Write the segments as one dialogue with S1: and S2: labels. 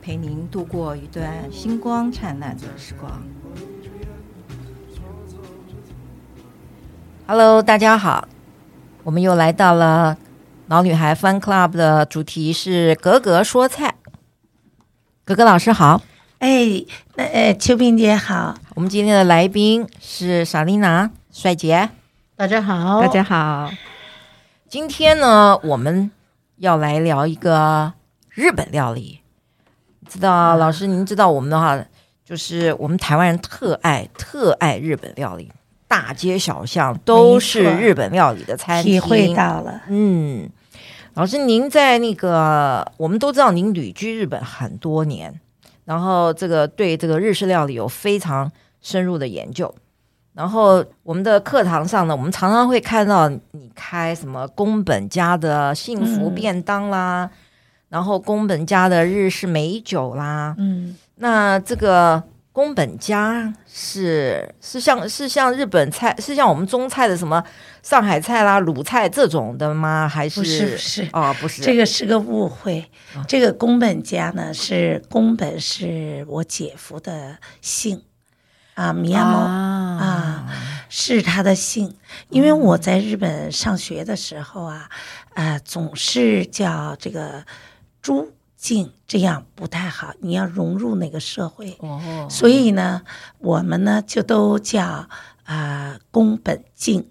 S1: 陪您度过一段星光灿烂的时光。Hello，大家好，我们又来到了老女孩 Fun Club 的主题是格格说菜。格格老师好，
S2: 哎，那呃，秋萍姐好，
S1: 我们今天的来宾是莎琳娜帅杰。
S2: 大家好，
S3: 大家好，
S1: 今天呢，我们要来聊一个日本料理。知
S2: 嗯
S1: 道老师，您知道我们的话，就是我们台湾人特爱特爱日本料理，大街小巷都是
S2: 没错
S1: 日本料理的餐厅。
S2: 体会到了，
S1: 嗯，老师，您在那个我们都知道您旅居日本很多年，然后这个对这个日式料理有非常深入的研究。然后我们的课堂上呢，我们常常会看到你开什么宫本家的幸福
S2: 嗯
S1: 便当啦，然后宫本家的日式美酒啦。
S2: 嗯，
S1: 那这个宫本家是是像是像日本菜，是像我们中菜的什么上海菜啦、鲁菜这种的吗？还是
S2: 不是不是，
S1: 哦，不是哦
S2: 这个是个误会。这个宫本家呢，是宫本是我姐夫的姓啊，米亚猫啊，是他的姓。因
S1: 哦
S2: 为我在日本上学的时候啊，啊，总是叫这个朱静，这样不太好。你要融入那个社会，
S1: 哦，
S2: 所以呢，我们呢就都叫啊、呃宫本静，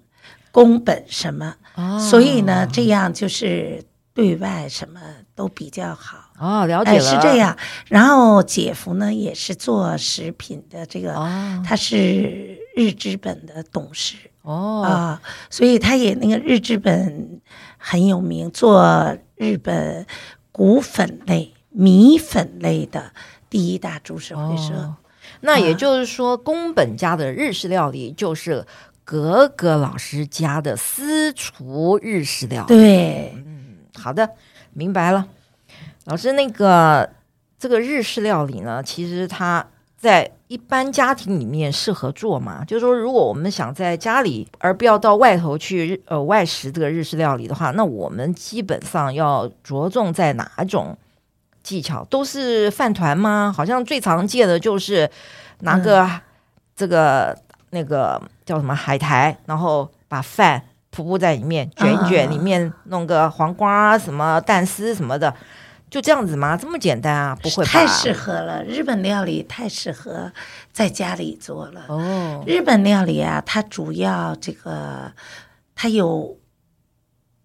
S2: 宫本什么，
S1: 哦
S2: 所以呢，这样就是对外什么都比较好。
S1: 哦，了解
S2: 哎，
S1: 了，
S2: 是这样。然后姐夫呢，也是做食品的这个，
S1: 哦
S2: 他是日之本的董事
S1: 哦
S2: 啊、所以他也那个日之本很有名，做日本谷粉类、米粉类的第一大株式会社。
S1: 哦那
S2: 啊
S1: 也就是说，宫本家的日式料理就是格格老师家的私厨日式料理。
S2: 对，
S1: 好的，明白了。老师，那个这个日式料理呢，其实它在一般家庭里面适合做嘛？就是说，如果我们想在家里，而不要到外头去呃外食这个日式料理的话，那我们基本上要着重在哪种技巧？都是饭团吗？好像最常见的就是拿个、这个那个叫什么海苔，然后把饭铺铺在里面卷一卷，
S2: 啊
S1: 里面弄个黄瓜、啊什么蛋丝什么的，就这样子吗？这么简单啊？不会吧？
S2: 太适合了，日本料理太适合在家里做了。
S1: 哦
S2: 日本料理啊，它主要这个它有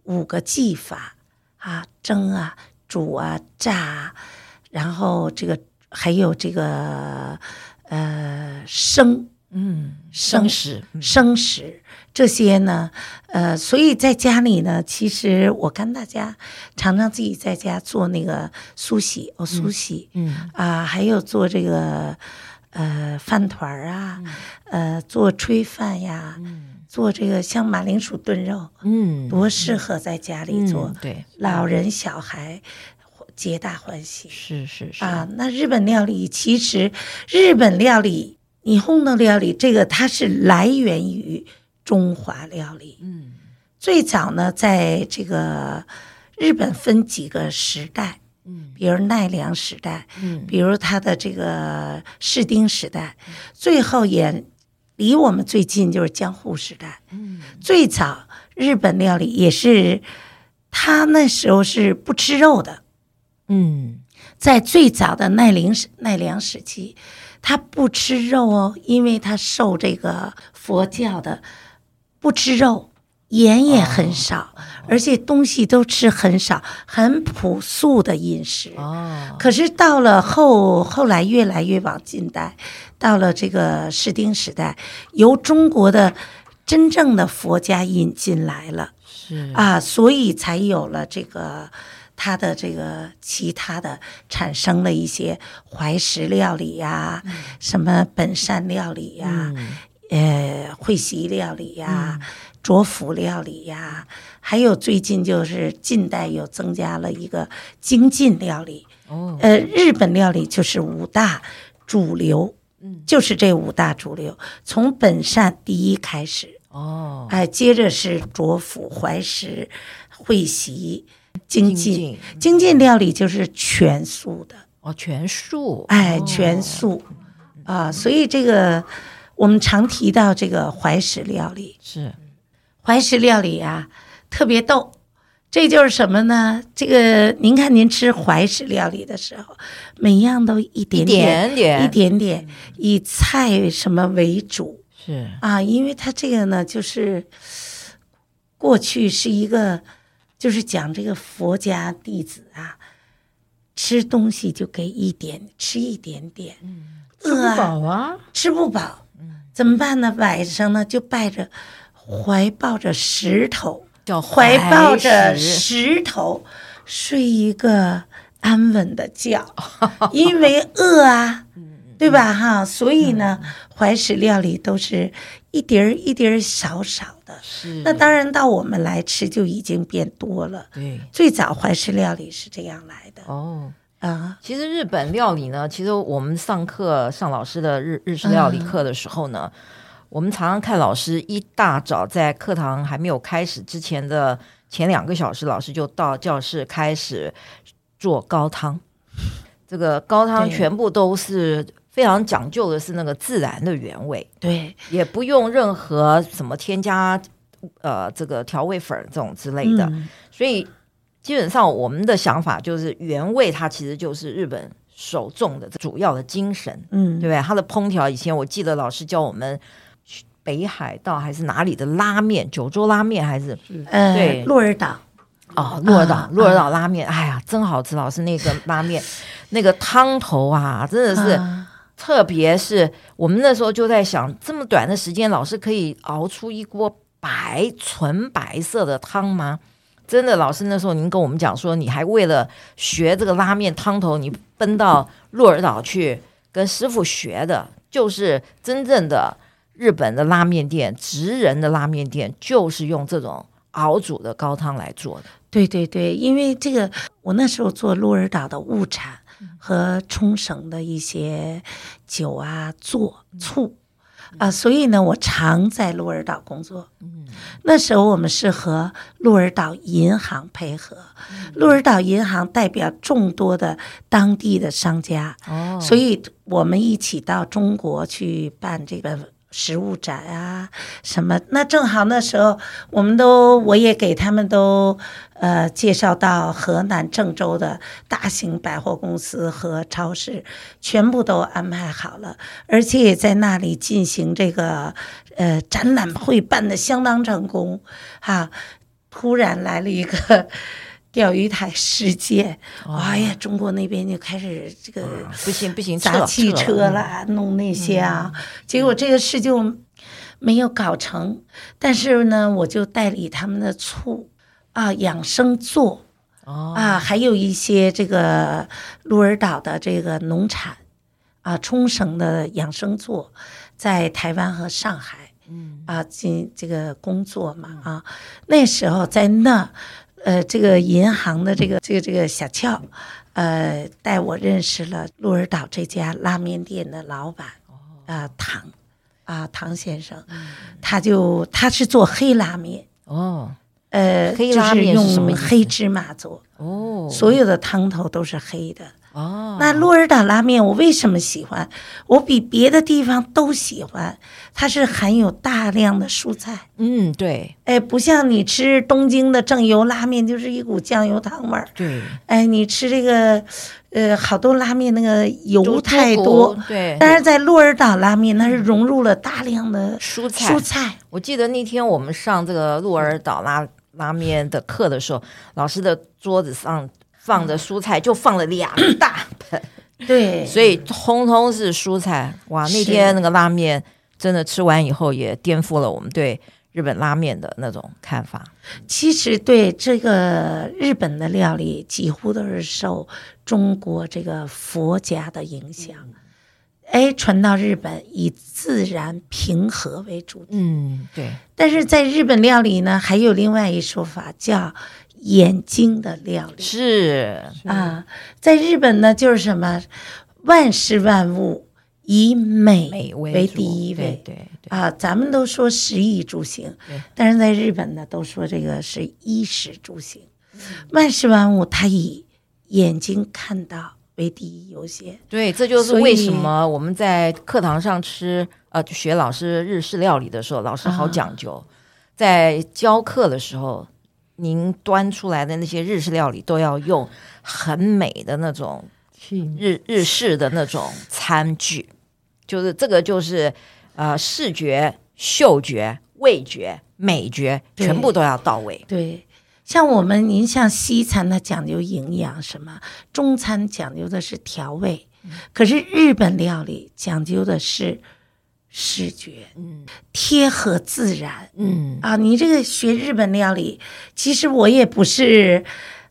S2: 五个技法啊，蒸啊、煮啊、炸啊，然后这个还有这个呃生
S1: 嗯，
S2: 生
S1: 食嗯
S2: 生食这些呢，呃，所以在家里呢，其实我看大家常常自己在家做那个苏喜哦，苏喜，
S1: 嗯
S2: 啊、还有做这个呃饭团儿啊，
S1: 嗯
S2: 呃，做炊饭呀，做这个像马铃薯炖肉，
S1: 嗯，
S2: 多适合在家里做，
S1: 嗯对，
S2: 老人小孩皆大欢喜。
S1: 是是是
S2: 啊，那日本料理其实日本料理、你烘的料理，这个它是来源于中华料理。
S1: 嗯，
S2: 最早呢，在这个日本分几个时代，
S1: 嗯
S2: 比如奈良时代，
S1: 嗯
S2: 比如它的这个室町时代，最后也离我们最近就是江户时代。
S1: 嗯
S2: 最早日本料理也是，他那时候是不吃肉的。
S1: 嗯
S2: 在最早的奈良时奈良时期，他不吃肉哦，因为他受这个佛教的不吃肉，盐也很少，
S1: 哦
S2: 而且东西都吃很少，很朴素的饮食。
S1: 哦
S2: 可是到了后后来越来越往近代，到了这个室町时代，由中国的真正的佛家引进来了。
S1: 是
S2: 啊，所以才有了这个它的这个其他的产生了一些怀石料理呀、什么本山料理呀、
S1: 嗯
S2: 呃会席料理呀、卓府料理呀，还有最近就是近代又增加了一个精进料理。
S1: 哦，
S2: 呃，日本料理就是五大主流，
S1: 嗯，
S2: 就是这五大主流，从本善第一开始，
S1: 哦，
S2: 哎、接着是卓府、怀石、会席、精
S1: 精
S2: 进。
S1: 进
S2: 精进料理就是全素的，
S1: 哦，全素，
S2: 哎，
S1: 哦
S2: 全素啊、所以这个我们常提到这个怀石料理，
S1: 是
S2: 怀石料理啊，特别逗。这就是什么呢？这个您看，您吃怀石料理的时候，每样都一点
S1: 点点
S2: 一点点，以菜什么为主
S1: 是，
S2: 啊？因为它这个呢，就是过去是一个，就是讲这个佛家弟子啊，吃东西就给一点，吃一点点，饿啊
S1: 宝啊，
S2: 吃不饱，怎么办呢？晚上呢就抱着怀抱着石头，
S1: 叫
S2: 怀抱着
S1: 石
S2: 石头睡一个安稳的觉， 因为饿啊，
S1: 嗯
S2: 对吧？哈，所以呢，怀石料理都是一碟儿一碟儿少少的。
S1: 是
S2: 那当然，到我们来吃就已经变多了。
S1: 对
S2: 最早怀石料理是这样来的
S1: 哦。
S2: 啊，
S1: 其实日本料理呢，其实我们上课上老师的日日式料理课的时候呢，我们常常看老师一大早在课堂还没有开始之前的前两个小时，老师就到教室开始做高汤。这个高汤
S2: 对
S1: 全部都是非常讲究的，是那个自然的原味，
S2: 对
S1: 也不用任何什么添加呃这个调味粉儿这种之类的。
S2: 嗯
S1: 所以基本上我们的想法就是原味，它其实就是日本首重的主要的精神，对
S2: 嗯
S1: 不对？它的烹调，以前我记得老师教我们去北海道还是哪里的拉面，九州拉面还是对
S2: 呃，鹿儿岛
S1: 哦鹿儿岛、
S2: 啊
S1: 鹿儿岛拉面，哎呀，真好吃！老师那个拉面，那个汤头啊，真的是。
S2: 啊
S1: 特别是我们那时候就在想，这么短的时间，老师可以熬出一锅白纯白色的汤吗？真的，老师那时候您跟我们讲说，你还为了学这个拉面汤头，你奔到鹿儿岛去跟师傅学的，就是真正的日本的拉面店，职人的拉面店，就是用这种熬煮的高汤来做的。
S2: 对对对，因为这个，我那时候做鹿儿岛的物产和冲绳的一些酒啊、做醋啊，所以呢，我常在鹿儿岛工作。那时候我们是和鹿儿岛银行配合，鹿儿岛银行代表众多的当地的商家，
S1: 哦
S2: 所以我们一起到中国去办这个食物展啊，什么？那正好那时候我们都，我也给他们都呃介绍到河南郑州的大型百货公司和超市，全部都安排好了，而且也在那里进行这个呃展览会，办的相当成功啊！突然来了一个 钓鱼台事件，哎呀，中国那边就开始这个。
S1: 不行不行，撤
S2: 砸汽
S1: 撤了嗯
S2: 车啦，弄那些啊，结果这个事就没有搞成。但是呢，我就代理他们的醋啊、养生做
S1: 哦
S2: 啊，还有一些这个鹿儿岛的这个农产啊，冲绳的养生做，在台湾和上海。
S1: 嗯
S2: 啊，进这个工作嘛啊，那时候在那儿，呃，这个银行的这个这个这个小俏，呃，带我认识了鹿儿岛这家拉面店的老板啊、唐啊、唐先生，
S1: 嗯
S2: 他就他是做黑拉面，
S1: 哦
S2: 呃，
S1: 黑
S2: 就
S1: 拉面是
S2: 用
S1: 什么意思
S2: 黑芝麻做，
S1: 哦
S2: 所有的汤头都是黑的。
S1: 哦
S2: 那鹿儿岛拉面我为什么喜欢？我比别的地方都喜欢，它是含有大量的蔬菜。
S1: 嗯对
S2: 哎，不像你吃东京的正油拉面，就是一股酱油汤味儿。
S1: 对。
S2: 哎，你吃这个，呃，好多拉面那个油
S1: 猪
S2: 太
S1: 骨
S2: 多。
S1: 对，
S2: 但是在鹿儿岛拉面，它是融入了大量的
S1: 蔬菜
S2: 蔬菜。
S1: 我记得那天我们上这个鹿儿岛拉拉面的课的时候，老师的桌子上放的蔬菜就放了两大盆，
S2: 对，
S1: 所以通通是蔬菜。哇，那
S2: 是
S1: 天那个拉面真的吃完以后也颠覆了我们对。日本拉面的那种看法？
S2: 其实对这个日本的料理，几乎都是受中国这个佛家的影响。
S1: 嗯
S2: 哎，传到日本以自然平和为主体，
S1: 嗯，对，
S2: 但是在日本料理呢，还有另外一说法叫眼睛的料理
S1: 是
S2: 啊。在日本呢，就是什么万事万物以美
S1: 美
S2: 为
S1: 主
S2: 第一位，
S1: 对对对，
S2: 啊，咱们都说食衣住行
S1: 对，
S2: 但是在日本呢，都说这个是衣食住行，
S1: 嗯
S2: 万事万物它以眼睛看到为第一优先。
S1: 对，这就是
S2: 所以
S1: 为什么我们在课堂上吃呃就学老师日式料理的时候，老师好讲究，在教课的时候，您端出来的那些日式料理都要用很美的那种日日式的那种餐具，就是这个就是呃视觉、嗅觉、味觉、美觉
S2: 对
S1: 全部都要到位。
S2: 对，像我们您像西餐它讲究营养什么，中餐讲究的是调味，
S1: 嗯
S2: 可是日本料理讲究的是视觉，
S1: 嗯
S2: 贴合自然。
S1: 嗯
S2: 啊，你这个学日本料理，其实我也不是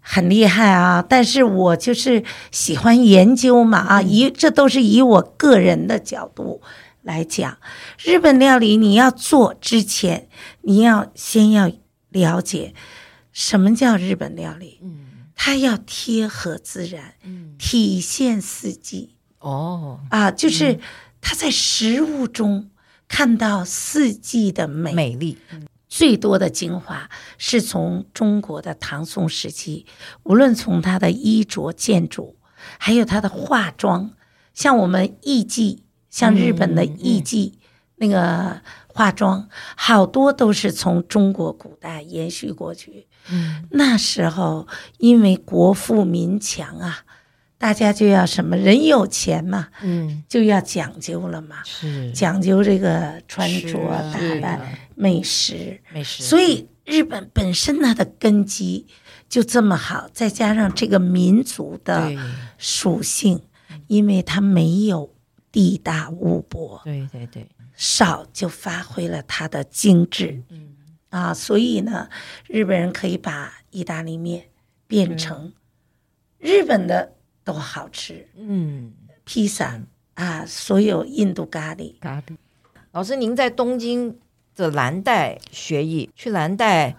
S2: 很厉害啊，但是我就是喜欢研究嘛啊，
S1: 嗯
S2: 以这都是以我个人的角度来讲，日本料理你要做之前，你要先要了解什么叫日本料理，
S1: 嗯
S2: 它要贴合自然，
S1: 嗯，
S2: 体现四季
S1: 哦，
S2: 啊，就是它在食物中看到四季的美。
S1: 美丽，
S2: 最多的精华是从中国的唐宋时期，无论从他的衣着、建筑，还有他的化妆，像我们艺妓，像日本的艺
S1: 嗯
S2: 妓、那个化妆，好多都是从中国古代延续过去。
S1: 嗯
S2: 那时候因为国富民强啊，大家就要什么人有钱嘛，
S1: 嗯，
S2: 就要讲究了嘛，
S1: 是
S2: 讲究这个穿着
S1: 是啊
S2: 打
S1: 是
S2: 扮、美食。
S1: 美食，
S2: 所以日本本身它的根基就这么好，再加上这个民族的
S1: 对
S2: 属性，因为它没有地大物博，
S1: 对对对，
S2: 少就发挥了它的精致。
S1: 嗯
S2: 啊，所以呢，日本人可以把意大利面变成日本的都好吃，
S1: 嗯，
S2: 披萨啊，所有印度咖喱。
S3: 咖喱，
S1: 老师，您在东京的蓝带学艺，去蓝带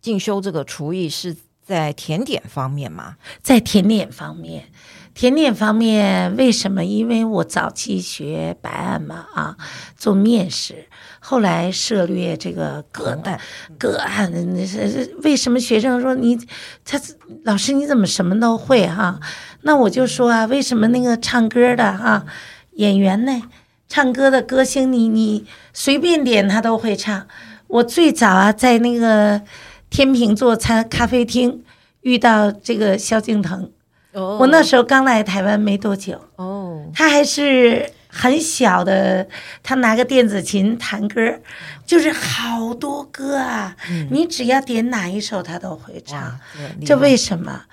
S1: 进修这个厨艺是在甜点方面吗？
S2: 在甜点方面，甜点方面为什么？因为我早期学白案嘛啊，做面食，后来涉猎这个个
S1: 红蛋
S2: 个案，那是是为什么学生说你他老师你怎么什么都会哈、那我就说啊，为什么那个唱歌的啊演员呢，唱歌的歌星你你随便点他都会唱。我最早啊在那个天秤座餐咖啡厅遇到这个萧敬腾，
S1: 哦
S2: 我那时候刚来台湾没多久，
S1: 哦，
S2: 他还是很小的，他拿个电子琴弹歌，就是好多歌啊，你只要点哪一首他都会唱
S1: 嗯哇。，个
S2: 这
S1: 厉害
S2: 为什么？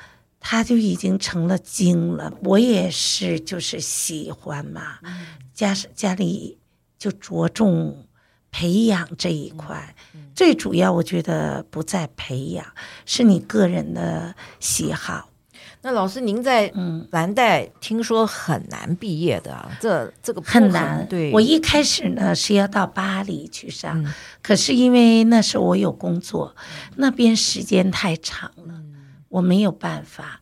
S2: 他就已经成了精了。我也是，就是喜欢嘛，
S1: 嗯
S2: 家是家里就着重培养这一块。
S1: 嗯
S2: 最主要，我觉得不在培养，是你个人的喜好。
S1: 那老师，您在
S2: 嗯
S1: 蓝带听说很难毕业的啊，这这个不
S2: 很难。
S1: 对，
S2: 我一开始呢是要到巴黎去上，
S1: 嗯
S2: 可是因为那时候我有工作，那边时间太长了，我没有办法。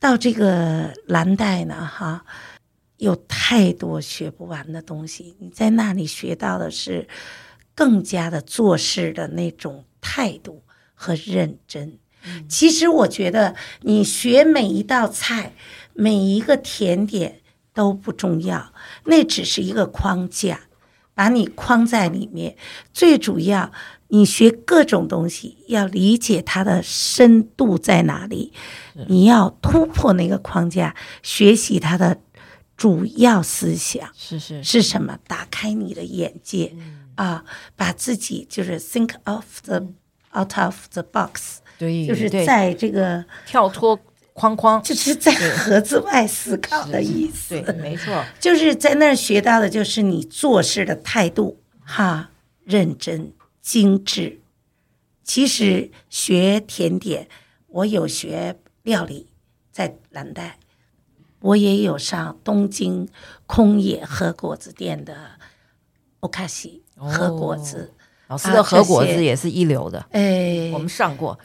S2: 到这个蓝带呢，哈，有太多学不完的东西。你在那里学到的是更加的做事的那种态度和认真。其实我觉得你学每一道菜、每一个甜点都不重要，那只是一个框架，把你框在里面。最主要，你学各种东西要理解它的深度在哪里，你要突破那个框架，学习它的主要思想。
S1: 是是
S2: 是什么？打开你的眼界、
S1: 嗯
S2: 啊，把自己就是 think of the out of the box，
S1: 对，
S2: 就是
S1: 嗯对
S2: 在这个
S1: 跳脱框框，
S2: 就是在盒子外思考的意思
S1: 对，，没错，
S2: 就是在那儿学到的就是你做事的态度哈，认真精致。其实学甜点，我有学料理，在蓝带，我也有上东京空野和果子店的欧卡西
S1: 哦
S2: 和果子，
S1: 老师的
S2: 啊
S1: 和果
S2: 这
S1: 子
S2: 些
S1: 也是一流的，
S2: 哎，
S1: 我们上过。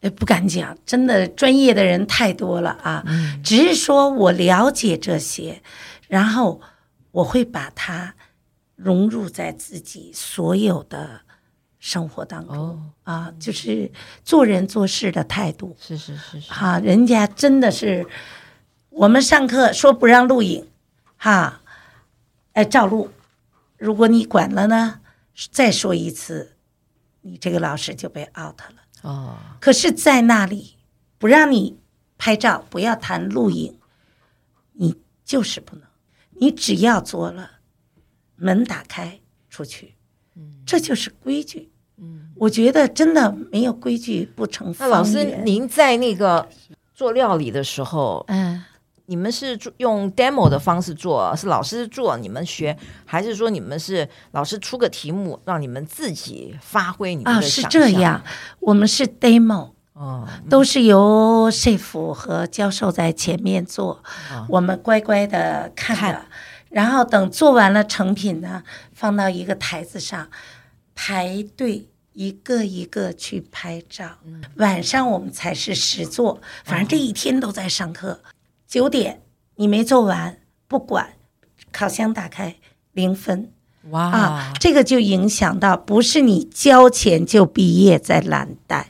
S2: 呃，不敢讲，真的专业的人太多了啊。只是说我了解这些，然后我会把它融入在自己所有的生活当中、
S1: 哦
S2: 啊，就是做人做事的态度。
S1: 是是是是，
S2: 哈、人家真的是，我们上课说不让录影，哈，哎，照录。如果你管了呢，再说一次，你这个老师就被 out 了。
S1: 哦，
S2: 可是，在那里不让你拍照，不要谈录影，你就是不能。你只要做了，门打开出去，
S1: 嗯
S2: 这就是规矩。我觉得真的没有规矩不成
S1: 那
S2: 方圆。
S1: 老师，您在那个做料理的时候，
S2: 嗯，
S1: 你们是做用 demo 的方式做，是老师做你们学，还是说你们是老师出个题目让你们自己发挥你们
S2: 啊，
S1: 的
S2: 是
S1: 想象？
S2: 这样，我们是 demo，
S1: 哦，
S2: 都是由 chef 和教授在前面做，我们乖乖的看着，然后等做完了成品呢，放到一个台子上，排队一个一个去拍照。晚上我们才是实做，反正这一天都在上课。九点你没做完不管，烤箱打开零分。
S1: 哇
S2: 啊，这个就影响到不是你交钱就毕业在蓝带，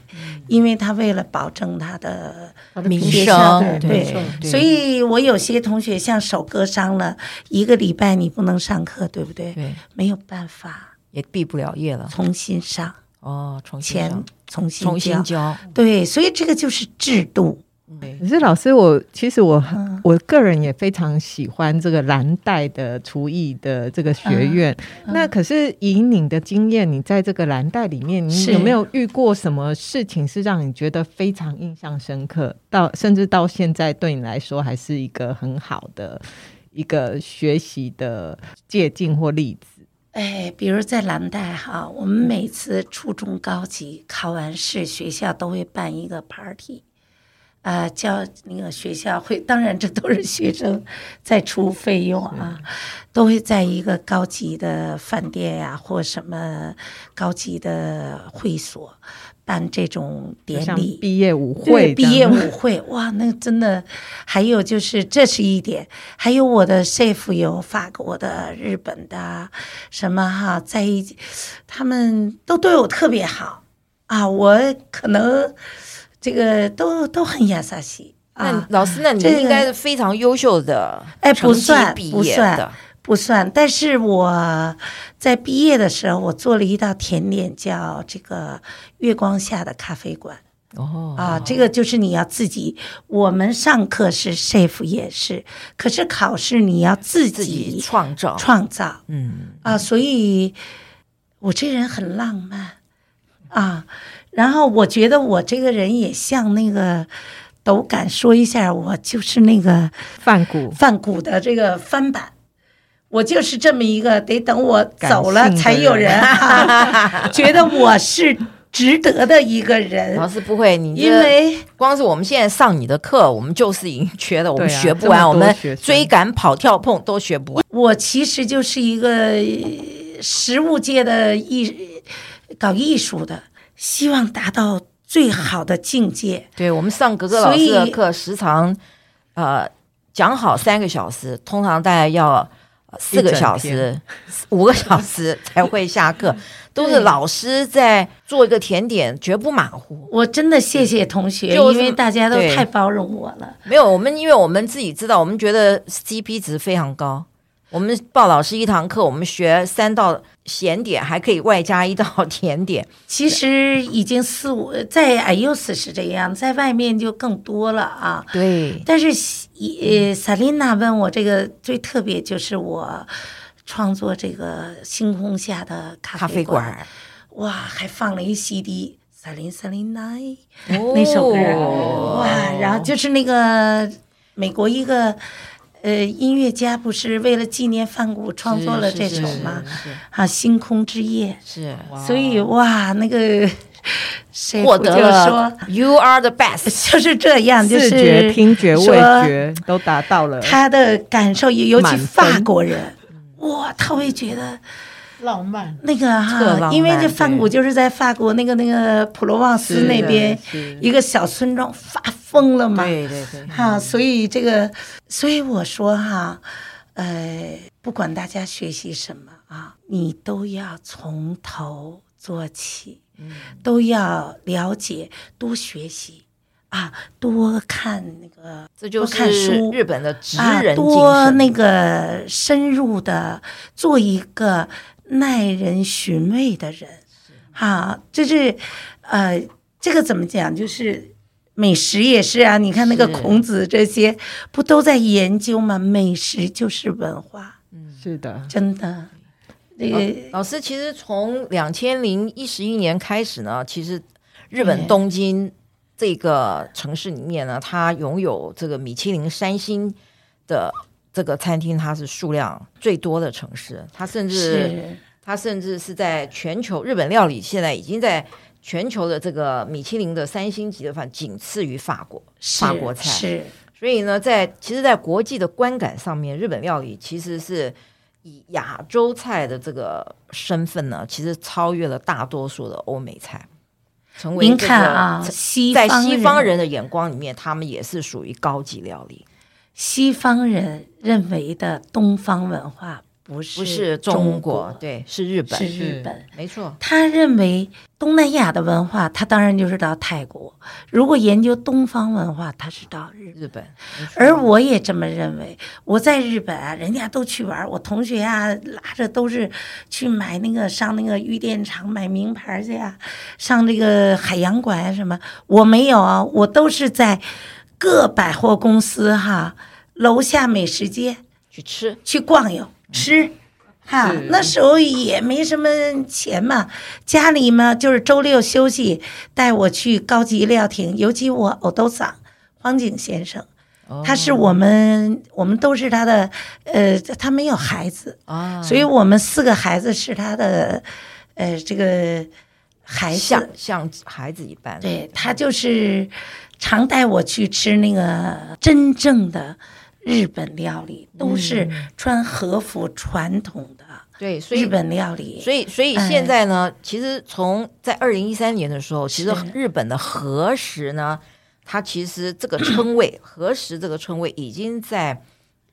S2: 因为他为了保证他的
S1: 名
S2: 学
S1: 声
S2: 生
S1: 对对
S2: 所以我有些同学像手割伤了，一个礼拜你不能上课，对不对？
S1: 对
S2: 没有办法，
S1: 也毕不了业了
S2: 重新上，
S1: 哦，重新
S2: 钱
S1: 上
S2: 重新
S1: 重新
S2: 交
S1: 教，
S2: 对，所以这个就是制度。
S1: 对
S3: 可是老师，我其实我、我个人也非常喜欢这个蓝带的厨艺的这个学
S2: 嗯
S3: 院。那可是以你的经验，你在这个蓝带里面，你
S2: 是
S3: 有没有遇过什么事情是让你觉得非常印象深刻，到甚至到现在对你来说还是一个很好的一个学习的借鉴或例子？
S2: 哎，比如在蓝带哈，我们每次初中高级考完试，学校都会办一个 party，啊、叫那个学校会，当然这都是学生在出费用啊，都会在一个高级的饭店呀、或什么高级的会所办这种
S3: 就
S2: 典
S3: 像
S2: 礼，
S3: 毕业舞
S2: 对
S3: 会这
S2: 毕
S3: 样
S2: 业舞会，哇，那真的，还有就是这是一点，还有我的 chef 有法国的、日本的，什么哈，在一起，他们都对我特别好啊，我可能这个都都很亚萨西
S1: 那
S2: 啊，
S1: 老师，那你
S2: 这个
S1: 应该是非常优秀的，
S2: 哎不算
S1: 毕
S2: 不
S1: 业
S2: 算
S1: 的，
S2: 不算。但是我在毕业的时候，我做了一道甜点，叫这个月光下的咖啡馆。
S1: 哦
S2: 啊，这个就是你要自己。我们上课是 safe 也是，可是考试你要自
S1: 自己
S2: 己
S1: 创造，
S2: 创造
S1: 嗯，
S2: 啊，所以我这人很浪漫啊。然后我觉得我这个人也像那个，都敢说一下，我就是那个
S3: 饭谷
S2: 范谷的这个翻版。我就是这么一个，得等我走
S3: 感
S2: 了
S3: 性的
S2: 才有人、
S3: 人
S2: 啊、觉得我是值得的一个人
S1: 老，师不会，你这
S2: 因为
S1: 光是我们现在上你的课，我们就是已经缺了，我们
S3: 对啊
S1: 学不完，
S3: 这么
S1: 我
S3: 多
S1: 们
S3: 学生
S1: 追赶、跑、跳、碰都学不完。
S2: 我其实就是一个呃实物界的艺，搞艺术的，希望达到最好的境界。
S1: 对我们上格格老师
S2: 所
S1: 的
S2: 以
S1: 课，时长呃讲好三个小时，通常大概要呃四个小
S3: 一整
S1: 时、五个小时才会下课，都是老师在做一个甜点，绝不马虎。
S2: 我真的谢谢同学，
S1: 就是
S2: 因为大家都
S1: 对
S2: 太包容我了。
S1: 没有，我们因为我们自己知道，我们觉得 CP 值非常高。我们报老师一堂课，我们学三道咸点，还可以外加一道甜点。
S2: 其实已经四五在 IUS 是这样，在外面就更多了啊。
S1: 对，
S2: 但是西，呃，萨琳娜问我这个最特别就是我创作这个星空下的
S1: 咖
S2: 咖
S1: 啡
S2: 啡
S1: 馆
S2: 馆，
S1: 儿。
S2: 哇，还放了一 CD《萨琳萨琳娜》。
S1: 哦
S2: 啊哦那首歌，哇！然后就是那个美国一个呃，音乐家不是为了纪念梵谷创作了这首吗？啊，《星空之夜
S1: 是》，
S2: 所以哇，那个谁
S1: 获
S2: 不
S1: 得
S2: 就
S1: 了
S2: 说
S1: You are the best，
S2: 就是这样， 就是
S3: 视觉、听觉、味
S2: 说
S3: 觉都达到了，
S2: 他的感受，尤尤
S3: 满
S2: 其
S3: 分
S2: 法国人，哇，他会觉得
S4: 浪漫。
S2: 那个
S1: 特
S2: 哈、
S1: 浪
S2: 因为
S1: 漫
S2: 这梵谷
S1: 对
S2: 就是在法国那个那个普罗旺斯
S3: 是
S2: 那边
S3: 是
S2: 一个小村庄发疯了嘛，
S1: 对对对，
S2: 哈、所以这个，所以我说哈，呃，不管大家学习什么啊，你都要从头做起，
S1: 嗯
S2: 都要了解，多学习啊，多看那个
S1: 这就
S2: 多看
S1: 是
S2: 书
S1: 日本的职
S2: 啊，
S1: 人精
S2: 多
S1: 神，
S2: 那个深入的做一个耐人寻味的人，啊，就是呃，这个怎么讲？就是美食也是啊，你看那个
S1: 是
S2: 孔子这些不都在研究吗？美食就是文化，
S3: 是的，
S2: 真的，这
S1: 哦
S2: 个
S1: 老师，其实从两千零一十一年开始呢，其实日本
S2: 对
S1: 东京这个城市里面呢，它拥有这个米其林三星的这个餐厅，它是数量最多的城市，它甚至
S2: 是
S1: 它甚至是在全球日本料理现在已经在。全球的这个米其林的三星级的饭仅次于法国，
S2: 是
S1: 法国菜
S2: 是
S1: 所以呢，在其实，在国际的观感上面，日本料理其实是以亚洲菜的这个身份呢，其实超越了大多数的欧美菜，成为
S2: 您
S1: 这
S2: 看
S1: 个
S2: 啊，西
S1: 在
S2: 方
S1: 西方人的眼光里面，他们也是属于高级料理，
S2: 西方人认为的东方文化不是
S1: 不是
S2: 中
S1: 中国，对，是日本
S2: 是，日本。
S1: 没错，
S2: 他认为东南亚的文化，他当然就是到泰国；如果研究东方文化，他是到日本。
S1: 日本。没错
S2: 而我也这么认为。我在日本啊，人家都去玩儿，我同学啊拉着都是去买那个上那个御殿场买名牌儿去呀、上这个海洋馆啊什么。我没有啊，我都是在各百货公司哈楼下美食街。
S1: 去吃，
S2: 去逛悠吃。
S1: 嗯
S2: 哈
S3: 是，
S2: 那时候也没什么钱嘛，家里嘛就是周六休息，带我去高级料亭，尤其我偶都桑荒井先生，
S1: 哦
S2: 他是我们我们都是他的，呃，他没有孩子，
S1: 啊，
S2: 所以我们四个孩子是他的，呃，这个孩子
S1: 像，像孩子一般，
S2: 对他就是常带我去吃那个真正的日本料理，都是穿和服传统的
S1: 对，嗯所以
S2: 日本料理。
S1: 所以，所以
S2: 哎
S1: 现在呢，其实从在二零一三年的时候，其实
S2: 是
S1: 日本的核食呢，它其实这个称谓核食这个称谓已经在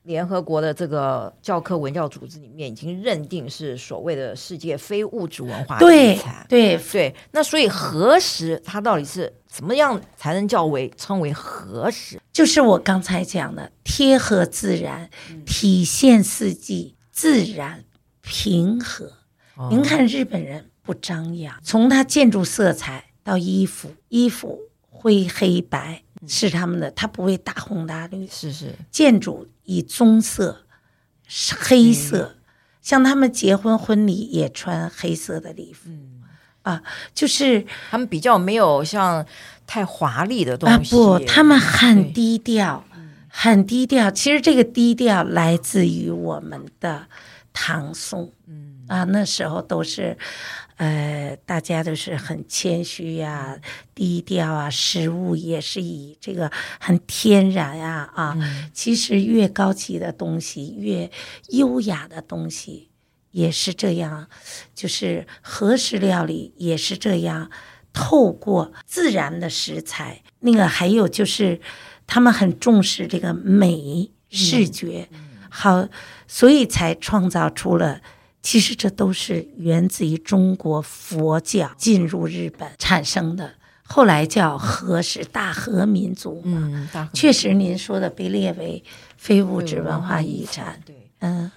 S1: 联合国的这个教科文教组织里面已经认定是所谓的世界非物质文化遗
S2: 对
S1: 产。
S2: 对
S1: 对，那所以核食它到底是什么样才能叫为称为核食？
S2: 就是我刚才讲的，贴合自然，
S1: 嗯
S2: 体现四季，自然平和。
S1: 哦
S2: 您看日本人不张扬，从他建筑色彩到衣服，衣服灰黑白
S1: 嗯
S2: 是他们的，他不会大红大绿，
S1: 是是，
S2: 建筑以棕色、是黑色，像他们结婚婚礼也穿黑色的礼服，啊，就是
S1: 他们比较没有像太华丽的东
S2: 啊
S1: 西。
S2: 不，他们很
S1: 对
S2: 低调，很低调。其实这个低调来自于我们的唐宋，嗯啊，那时候都是，呃，大家都是很谦虚呀、低调啊，食物也是以这个很天然呀啊。
S1: 嗯
S2: 其实越高级的东西，越优雅的东西。也是这样，就是和食料理也是这样，透过自然的食材，那个还有就是他们很重视这个美视觉，好，所以才创造出了。其实这都是源自于中国佛教进入日本产生的，后来叫和食大和民族嘛。
S1: 嗯，大家
S2: 确实，您说的被列为非物质
S1: 对
S2: 文化遗产。
S1: 对。
S2: 嗯，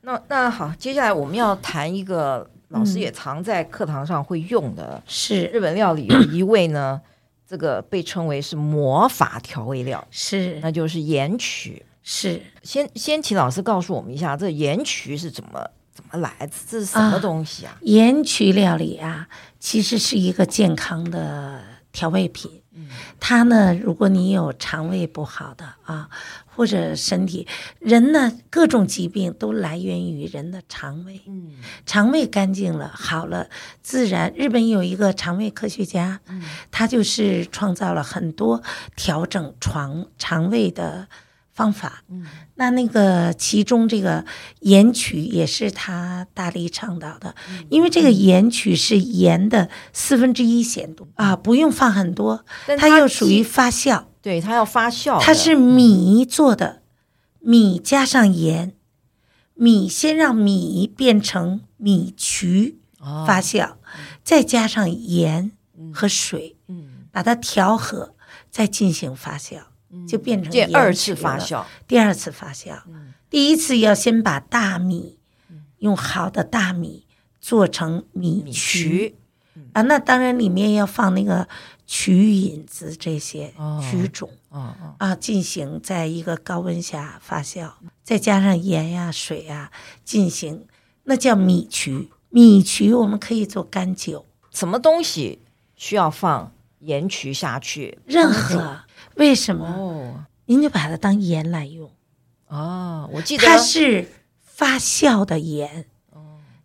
S1: 那那好，接下来我们要谈一个老
S2: 嗯
S1: 师也常在课堂上会用的、
S2: 是
S1: 日本料 理，有一位呢，这个被称为是魔法调味料，
S2: 是
S1: 那就是盐曲。
S2: 是。
S1: 先先请老师告诉我们一下，这盐曲是怎么怎么来，这是什么
S2: 啊
S1: 东西啊？
S2: 盐曲料理啊，其实是一个健康的调味品。它呢，如果你有肠胃不好的啊，或者身体，人呢各种疾病都来源于人的肠胃，
S1: 嗯
S2: 肠胃干净了好了，自然日本有一个肠胃科学家，他就是创造了很多调整肠肠胃的方法。
S1: 嗯
S2: 那那个其中这个盐曲也是他大力倡导的，
S1: 嗯
S2: 因为这个盐曲是盐的四分之一咸度啊，不用放很多，
S1: 嗯但
S2: 它又属于
S1: 既
S2: 发酵，
S1: 对它要发酵的，
S2: 它是米做的，米加上盐，米先让米变成米曲
S1: 哦
S2: 发酵，再加上盐和水，
S1: 嗯
S2: 把它调和，再进行发酵，就变成
S1: 这
S2: 盐
S1: 二次
S2: 曲
S1: 发
S2: 了
S1: 酵，
S2: 第二次发酵，第一次要先把大米用好的大米做成米
S1: 嗯米
S2: 曲
S1: 曲
S2: 啊，那当然里面要放那个曲引子这些
S1: 哦
S2: 曲种、
S1: 哦哦
S2: 啊，进行在一个高温下发酵，再加上盐呀、水呀、进行，那叫米曲。米曲我们可以做干酒，
S1: 什么东西需要放盐曲下去？
S2: 任何为什么？
S1: 哦
S2: 您就把它当盐来用。
S1: 哦，我记得
S2: 它是发酵的盐，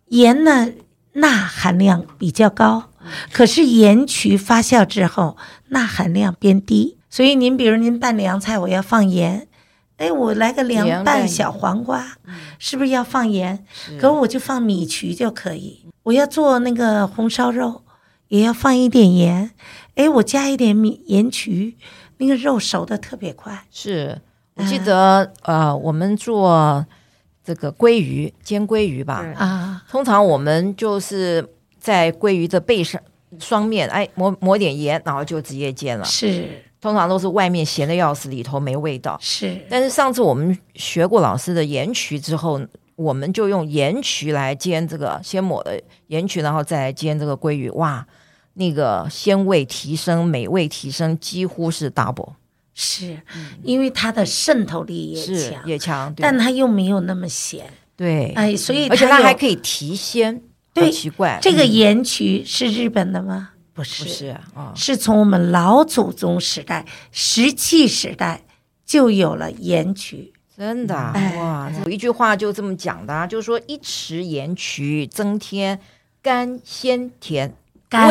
S2: 盐呢钠含量比较高，
S1: 嗯
S2: 可是盐曲发酵之后钠含量变低，所以您比如您拌凉菜，我要放盐，哎，我来个
S1: 凉
S2: 凉
S1: 拌
S2: 拌
S1: 盐嗯
S2: 小黄瓜，是不是要放盐？
S1: 是
S2: 可我就放米曲就可以。我要做那个红烧肉，也要放一点盐，哎，我加一点米盐曲，那个肉熟的特别快。
S1: 是我
S2: 嗯
S1: 记得呃，我们做这个鲑鱼煎鲑鱼吧，
S3: 对
S2: 啊，
S1: 通常我们就是在鲑鱼的背上双面，哎，抹抹点盐，然后就直接煎了。
S2: 是
S1: 通常都是外面咸的要死，里头没味道。
S2: 是，
S1: 但是上次我们学过老师的盐曲之后，我们就用盐曲来煎这个，先抹了盐曲，然后再来煎这个鲑鱼，哇，那个鲜味提升、美味提升几乎是 double，
S2: 是，因为它的渗透力也
S1: 嗯是
S2: 强，
S1: 也强，对
S2: 但它又没有那么咸，
S1: 对，
S2: 哎，所以
S1: 而且它
S2: 有
S1: 还可以提鲜，
S2: 对
S1: 好奇怪，
S2: 这个
S1: 嗯
S2: 盐曲是日本的吗？不是，
S1: 不是啊，
S2: 是从我们老祖宗时代、石器时代就有了盐曲。
S1: 真的啊、
S2: 哎
S1: 哇！有一句话就这么讲的、啊，就是说一匙盐曲增添甘鲜甜，味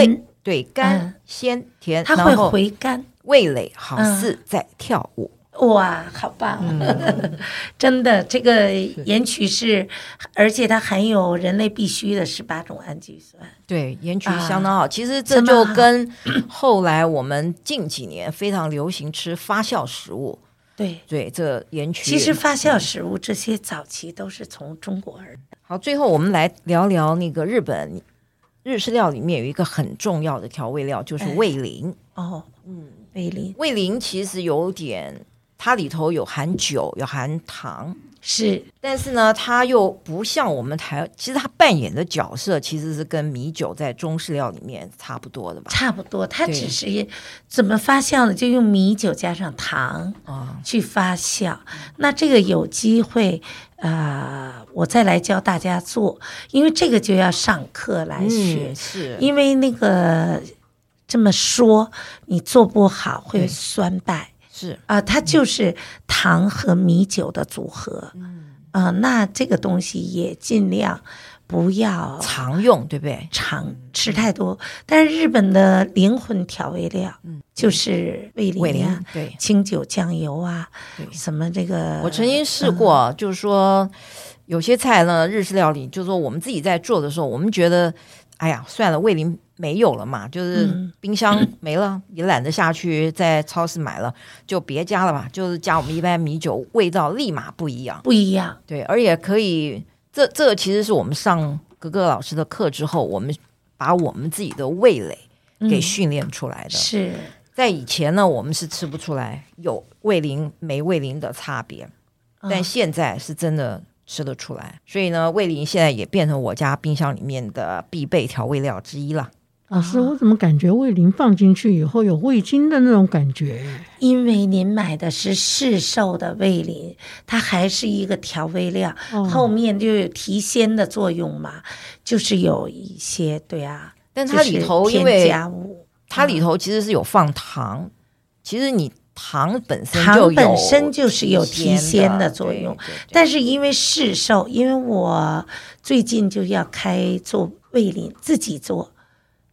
S2: 干，
S1: 对甘
S2: 嗯
S1: 鲜甜，
S2: 它会
S1: 然后
S2: 回甘，
S1: 味蕾好
S2: 嗯
S1: 似在跳舞。
S2: 哇，好棒！啊
S1: 嗯
S2: 真的，这个盐曲是，而且它含有人类必需的十八种氨基酸。
S1: 对，盐曲
S2: 啊
S1: 相当好。其实这
S2: 真的
S1: 就
S2: 好
S1: 跟后来我们近几年非常流行吃发酵食物，
S2: 对，
S1: 对，嗯这盐曲
S2: 其实发酵食物这些早期都是从中国而来。
S1: 好，最后我们来聊聊那个日本日式料里面有一个很重要的调味料，就是
S2: 哎
S1: 味淋。
S2: 哦，
S1: 嗯。
S2: 味淋
S1: 味淋其实有点，它里头有含酒，有含糖，
S2: 是
S1: 但是呢，它又不像我们台，其实它扮演的角色其实是跟米酒在中式料里面差不多的吧？
S2: 差不多，它
S1: 对
S2: 只是怎么发酵呢？就用米酒加上糖
S1: 啊、
S2: 去发酵。那这个有机会，啊，我再来教大家做，因为这个就要上课来学
S1: 嗯，，是，
S2: 因为那个这么说你做不好会
S1: 对
S2: 酸败
S1: 是
S2: 啊、它就是糖和米酒的组合。
S1: 嗯
S2: 啊、那这个东西也尽量不要
S1: 常用，对不对？
S2: 常吃太多，但是日本的灵魂调味料，就是味
S1: 嗯味
S2: 淋
S1: 淋
S2: 啊、，
S1: 对。
S2: 清酒、酱油啊
S1: 对，
S2: 什么这个，
S1: 我曾经试过，
S2: 嗯
S1: 就是说有些菜呢，日式料理，就是说我们自己在做的时候，我们觉得，哎呀，算了，味淋没有了嘛，就是
S2: 嗯
S1: 冰箱没了，也懒得下去在超市买了，就别加了吧，就是加我们一般米酒，味道立马不一样。
S2: 不一样，
S1: 对，而且可以，这这其实是我们上格格老师的课之后，我们把我们自己的味蕾给训练出来的。
S2: 嗯是
S1: 在以前呢，我们是吃不出来有味淋没味淋的差别，
S2: 啊嗯
S1: 但现在是真的吃得出来。所以呢，味淋现在也变成我家冰箱里面的必备调味料之一了。
S4: 老师，我怎么感觉味淋放进去以后有味精的那种感觉？
S2: 因为您买的是市售的味淋，它还是一个调味料，
S4: 哦
S2: 后面就有提鲜的作用嘛，就是有一些对啊，
S1: 但
S2: 就
S1: 它里
S2: 是
S1: 头因
S2: 添
S1: 为
S2: 加物嗯啊
S1: 它里头其实是有放糖，其实你糖本身就
S2: 糖
S1: 有
S2: 本身就是有提鲜
S1: 的
S2: 的作用，，
S1: 对对对
S2: 但是因为市售，因为我最近就要开做味淋，自己做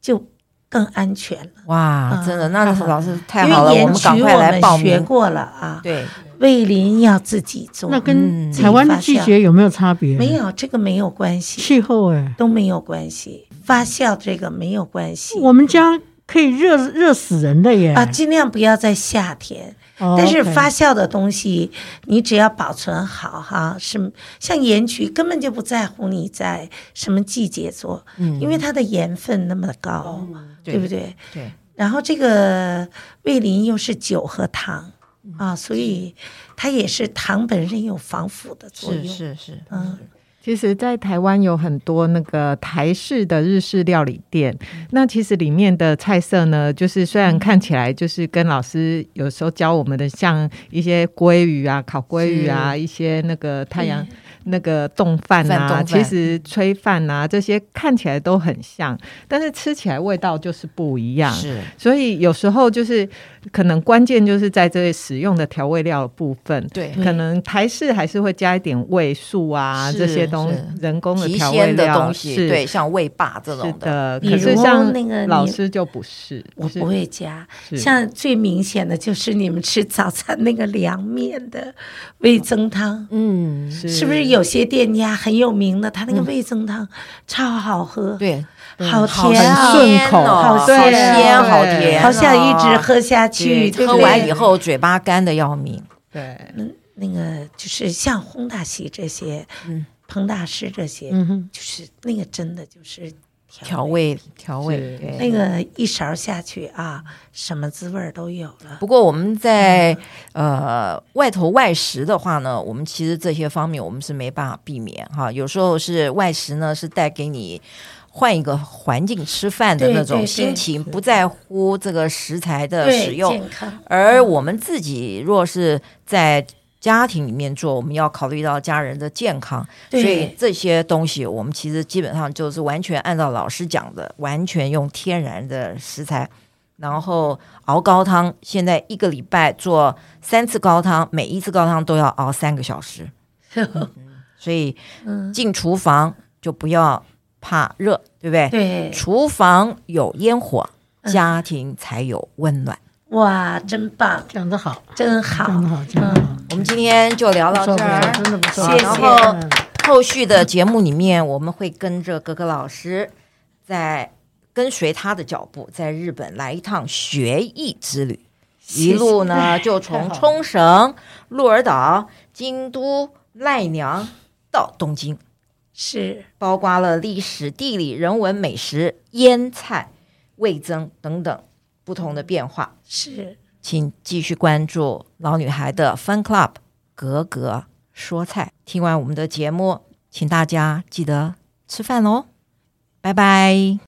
S2: 就更安全了。
S1: 哇，
S2: 嗯
S1: 真的，那
S2: 嗯
S1: 老师太
S2: 因
S1: 好了，
S2: 为
S1: 我
S2: 盐
S1: 们
S2: 焗
S1: 赶快
S2: 我
S1: 来报
S2: 们学
S1: 名。
S2: 过了啊，
S1: 对，
S2: 味淋要自己做
S4: 那，
S1: 嗯
S4: 跟台湾的季节有没有差别？
S2: 没，有这个没有关系，
S4: 气候哎，
S2: 都没有关系，发酵这个没有关系
S4: 我们家可以热热死人的耶。
S2: 啊，尽量不要在夏天。
S4: 哦
S2: 但是
S4: OK
S2: 发酵的东西，你只要保存好哈，是像盐焗根本就不在乎你在什么季节做，
S1: 嗯
S2: 因为它的盐分那么高，对不
S1: 对？
S2: 对？
S1: 对，
S2: 然后这个味淋又是酒和糖啊，所以它也是糖本身有防腐的作
S1: 是
S2: 用。
S1: 是是，
S2: 嗯
S3: 其实，在台湾有很多那个台式的日式料理店，
S1: 嗯
S3: 那其实里面的菜色呢，就是虽然看起来就是跟老师有时候教我们的，像一些鲑鱼啊、烤鲑鱼啊，一些那个太阳那个冻饭
S1: 嗯饭冻
S3: 啊，
S1: 饭
S3: 其实炊饭啊这些看起来都很像，但是吃起来味道就是不一样。
S1: 是
S3: 所以有时候就是可能关键就是在这使用的调味料的部分，
S1: 对
S3: 可能台式还是会加一点味素啊
S1: 是
S3: 这些东
S1: 是
S3: 人工的
S1: 提
S3: 调味
S1: 鲜的
S3: 料
S1: 东西，
S3: 是
S1: 对，像味霸这
S3: 是
S1: 种的，
S3: 的。
S2: 比
S3: 可是
S2: 如
S3: 像
S2: 那个
S3: 老
S2: 你
S3: 师就不是，
S2: 我
S3: 是
S2: 不会加，
S3: 是
S2: 像最明显的就是你们吃早餐那个凉面的味增汤，
S1: 嗯，
S2: 是不是有些店家很有名的，他那个味增汤超好喝，，
S1: 对，
S2: 好
S1: 嗯好
S2: 甜啊，
S3: 很顺口
S1: 好
S2: 好
S1: 鲜
S2: 鲜
S1: 哦
S2: 哦
S1: 好甜哦，
S2: 好想一直喝下去，
S1: 对
S2: 对
S1: 喝
S2: 不对
S1: 完以后嘴巴干的要命，
S3: 对
S2: 那个就是像烘大喜这些，
S1: 嗯
S2: 彭大师这些，
S4: 嗯哼，
S2: 就是那个真的就是
S1: 调味调味
S3: 是
S1: 对。
S2: 那个一勺下去啊，什么滋味儿都有了。
S1: 不过我们在
S2: 嗯
S1: 呃外头外食的话呢，我们其实这些方面我们是没办法避免哈。有时候是外食呢，是带给你换一个环境吃饭的
S2: 对
S1: 那
S2: 对
S1: 种
S2: 对
S1: 心情，不在乎这个食材的
S2: 对，
S1: 使用。
S2: 健康，
S1: 而我们自己若是在家庭里面做，我们要考虑到家人的健康，所
S2: 对
S1: 以这些东西我们其实基本上就是完全按照老师讲的，完全用天然的食材，然后熬高汤。现在一个礼拜做三次高汤，每一次高汤都要熬三个小时，所以
S2: 嗯，
S1: 进厨房就不要怕热，对不对？
S2: 对，
S1: 厨房有烟火，
S2: 嗯
S1: 家庭才有温暖。
S2: 哇，真棒，
S4: 讲得好，
S2: 真
S4: 讲
S2: 好
S1: 嗯
S4: 得，好，讲得好，
S1: 我们今天就聊到
S4: 不错
S1: 这儿。
S4: 不错，真的不错。
S2: 谢谢
S1: 然后后续的节目里面，我们会跟着格格老师，在跟随他的脚步，在日本来一趟学艺之旅。一路呢，就从冲绳、鹿儿岛、京都、奈良到东京，
S2: 是
S1: 包括了历史、地理、人文、美食、腌菜、味增等等不同的变化。
S2: 是，
S1: 请继续关注老女孩的 Fun Club 格格说菜。听完我们哦的节目，请大家记得吃饭喽，拜拜。